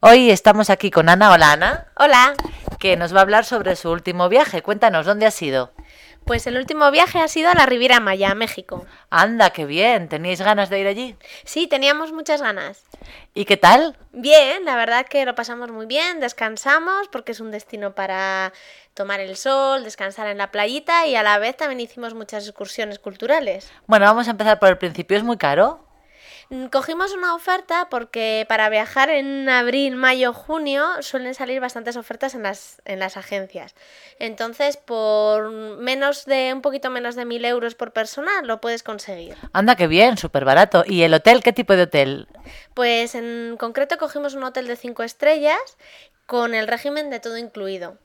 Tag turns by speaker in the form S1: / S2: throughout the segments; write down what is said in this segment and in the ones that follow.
S1: Hoy estamos aquí con Ana. Hola, Ana.
S2: Hola.
S1: Que nos va a hablar sobre su último viaje. Cuéntanos, ¿dónde has ido?
S2: Pues el último viaje ha sido a la Riviera Maya, a México.
S1: Anda, qué bien. ¿Teníais ganas de ir allí?
S2: Sí, teníamos muchas ganas.
S1: ¿Y qué tal?
S2: Bien, la verdad que lo pasamos muy bien, descansamos porque es un destino para tomar el sol, descansar en la playita y a la vez también hicimos muchas excursiones culturales. Mm,
S1: Bueno, vamos a empezar por el principio. ¿Es muy caro?
S2: Cogimos una oferta porque para viajar en abril, mayo, junio suelen salir bastantes ofertas en las, en las agencias. Entonces, por menos de un poquito menos de mil euros por persona lo puedes conseguir.
S1: Anda, qué bien, súper barato. ¿Y el hotel? ¿Qué tipo de hotel?
S2: Pues en concreto cogimos un hotel de cinco estrellas con el régimen de todo incluido.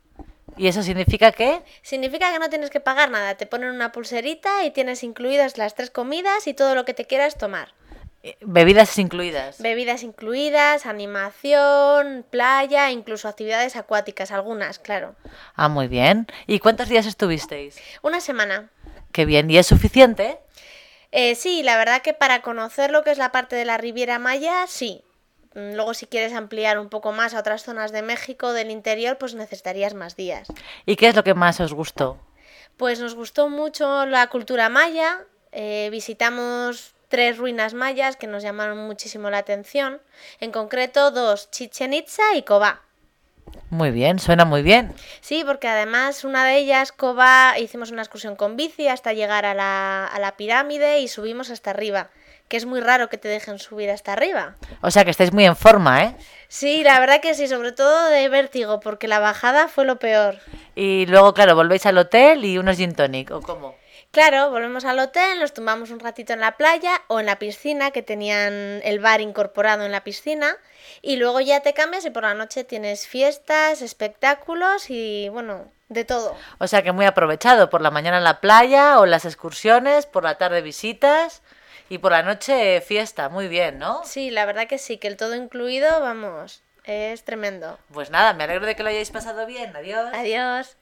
S1: ¿Y eso significa que?
S2: Significa que no tienes que pagar nada, te ponen una pulserita y tienes incluidas las tres comidas y todo lo que te quieras tomar.
S1: eh, Bebidas incluidas.
S2: Bebidas incluidas, animación, playa, incluso actividades acuáticas, algunas, claro.
S1: Ah, muy bien. ¿Y cuántos días estuvisteis?
S2: Una semana.
S1: Qué bien, ¿y es suficiente?
S2: Eh, sí, la verdad que para conocer lo que es la parte de la Riviera Maya, sí. Mm, Luego si quieres ampliar un poco más a otras zonas de México, del interior, pues necesitarías más días.
S1: ¿Y qué es lo que más os gustó?
S2: Pues nos gustó mucho la cultura maya. Eh, visitamos tres ruinas mayas que nos llamaron muchísimo la atención, en concreto dos, Chichen Itza y Cobá.
S1: Muy bien, suena muy bien.
S2: Sí, porque además una de ellas, Cobá, hicimos una excursión con bici hasta llegar a la, a la pirámide y subimos hasta arriba, que es muy raro que te dejen subir hasta arriba.
S1: O sea que estáis muy en forma, ¿eh?
S2: Sí, la verdad que sí, sobre todo de vértigo, porque la bajada fue lo peor.
S1: Y luego, claro, volvéis al hotel y unos gin tonic, ¿o cómo?
S2: Claro, volvemos al hotel, nos tumbamos un ratito en la playa o en la piscina, que tenían el bar incorporado en la piscina, y luego ya te cambias y por la noche tienes fiestas, espectáculos y bueno, de todo.
S1: O sea que muy aprovechado, por la mañana en la playa o las excursiones, por la tarde visitas y por la noche fiesta, muy bien, ¿no?
S2: Sí, la verdad que sí, que el todo incluido, vamos, es tremendo.
S1: Pues nada, me alegro de que lo hayáis pasado bien, adiós.
S2: Adiós.